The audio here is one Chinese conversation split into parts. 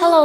Hello，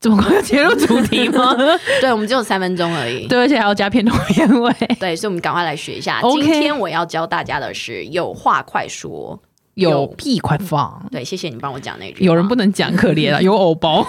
这么快就切入主题 吗？对，我们只有三分钟而已。对，而且还要加片头片尾。对，所以我们赶快来学一下。 OK 今天我要教大家的是有话快说。有屁快放，对，谢谢你帮我讲那句话。有人不能讲，可怜啊，有偶 包。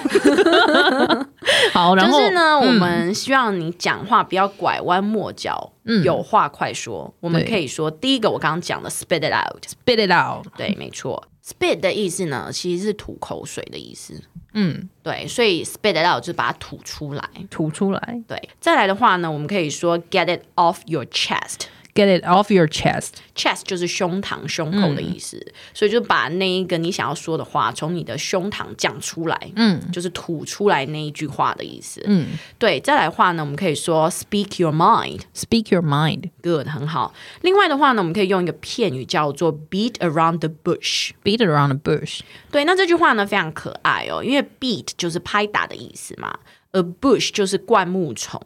好，然后嗯就是呢，我们希望你讲话不要拐弯抹角，嗯有话快说。我们对可以说第一个我刚刚讲的 spit it out。 spit it out，对，没错，spit 的意思呢，其实是吐口水的意思。嗯，对，所以 spit it out 就是把它吐出来。吐出来对，再来的话呢，我们可以说 get it off your chest。 ，get it off your chest。 chest 就是胸膛、胸口的意思，所以就把那一个你想要说的话从你的胸膛讲出来，嗯，就是吐出来那一句话的意思，嗯，对。再来的话呢，我们可以说 speak your mind，good， Speak your mind, 很好。另外的话呢，我们可以用一个片语叫做 beat around the bush， beat around the bush。对，那这句话呢非常可爱哦，因为 beat 就是拍打的意思嘛，而 bush 就是灌木丛。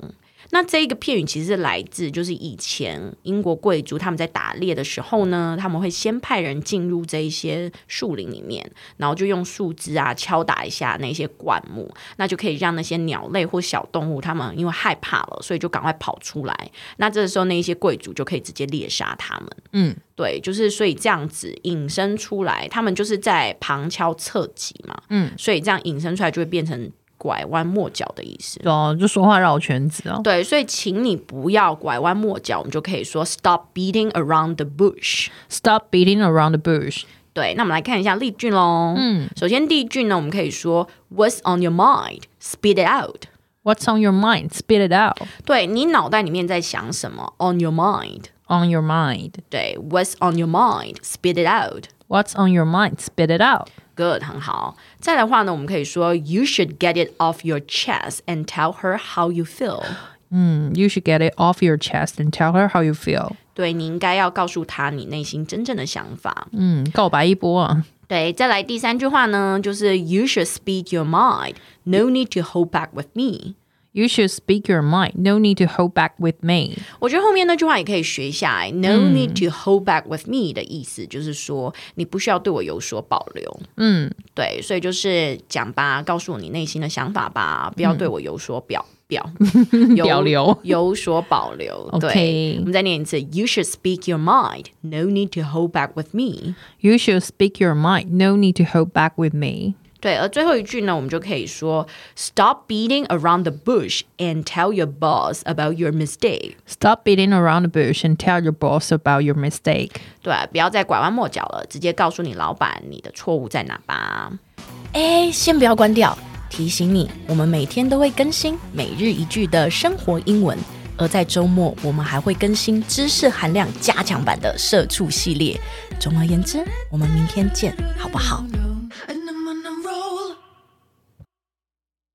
那这一个片语其实是来自就是以前英国贵族他们在打猎的时候呢，他们会先派人进入这一些树林里面，然后就用树枝啊敲打一下那些灌木，那就可以让那些鸟类或小动物它们因为害怕了，所以就赶快跑出来。那这时候那一些贵族就可以直接猎杀它们。对，就是所以这样子引申出来，他们就是在旁敲侧击嘛，嗯，所以这样引申出来就会变成拐弯抹角的意思。哦，就说话绕圈子哦。对，所以请你不要拐弯抹角，我们就可以说 stop beating around the bush。 Stop beating around the bush. 对，那我们来看一下例句喽。嗯，首先第一句呢，我们可以说 What's on your mind? Spit it out。 What's on your mind? Spit it out. 对你脑袋里面在想什么？On your mind。 On your mind. 对，What's on your mind? Spit it out。 What's on your mind? Spit it out. Good，很好。再来的话呢，我们可以说 You should get it off your chest and tell her how you feel。Mm, You should get it off your chest and tell her how you feel. 对你应该要告诉她你内心真正的想法。嗯，Mm, 告白一波啊！对，再来第三句话呢，就是 You should speak your mind. No need to hold back with me。 You should speak your mind. No need to hold back with me. 我觉得后面那句话也可以学一下、哎 No 嗯 need to hold back with me 的意思就是说你不需要对我有所保留。嗯，对，所以就是讲吧，告诉我你内心的想法吧，不要对我有所表表 有嗯表留有所保留。对 OK 我们再念一次，You should speak your mind. No need to hold back with me. You should speak your mind. No need to hold back with me. 对，而最后一句呢，我们就可以说，Stop beating around the bush and tell your boss about your mistake。 Stop beating around the bush and tell your boss about your mistake. 对，不要再拐弯抹角了，直接告诉你老板你的错误在哪吧。哎，先不要关掉，提醒你，我们每天都会更新每日一句的生活英文，而在周末我们还会更新知识含量加强版的社畜系列。总而言之，我们明天见，好不好？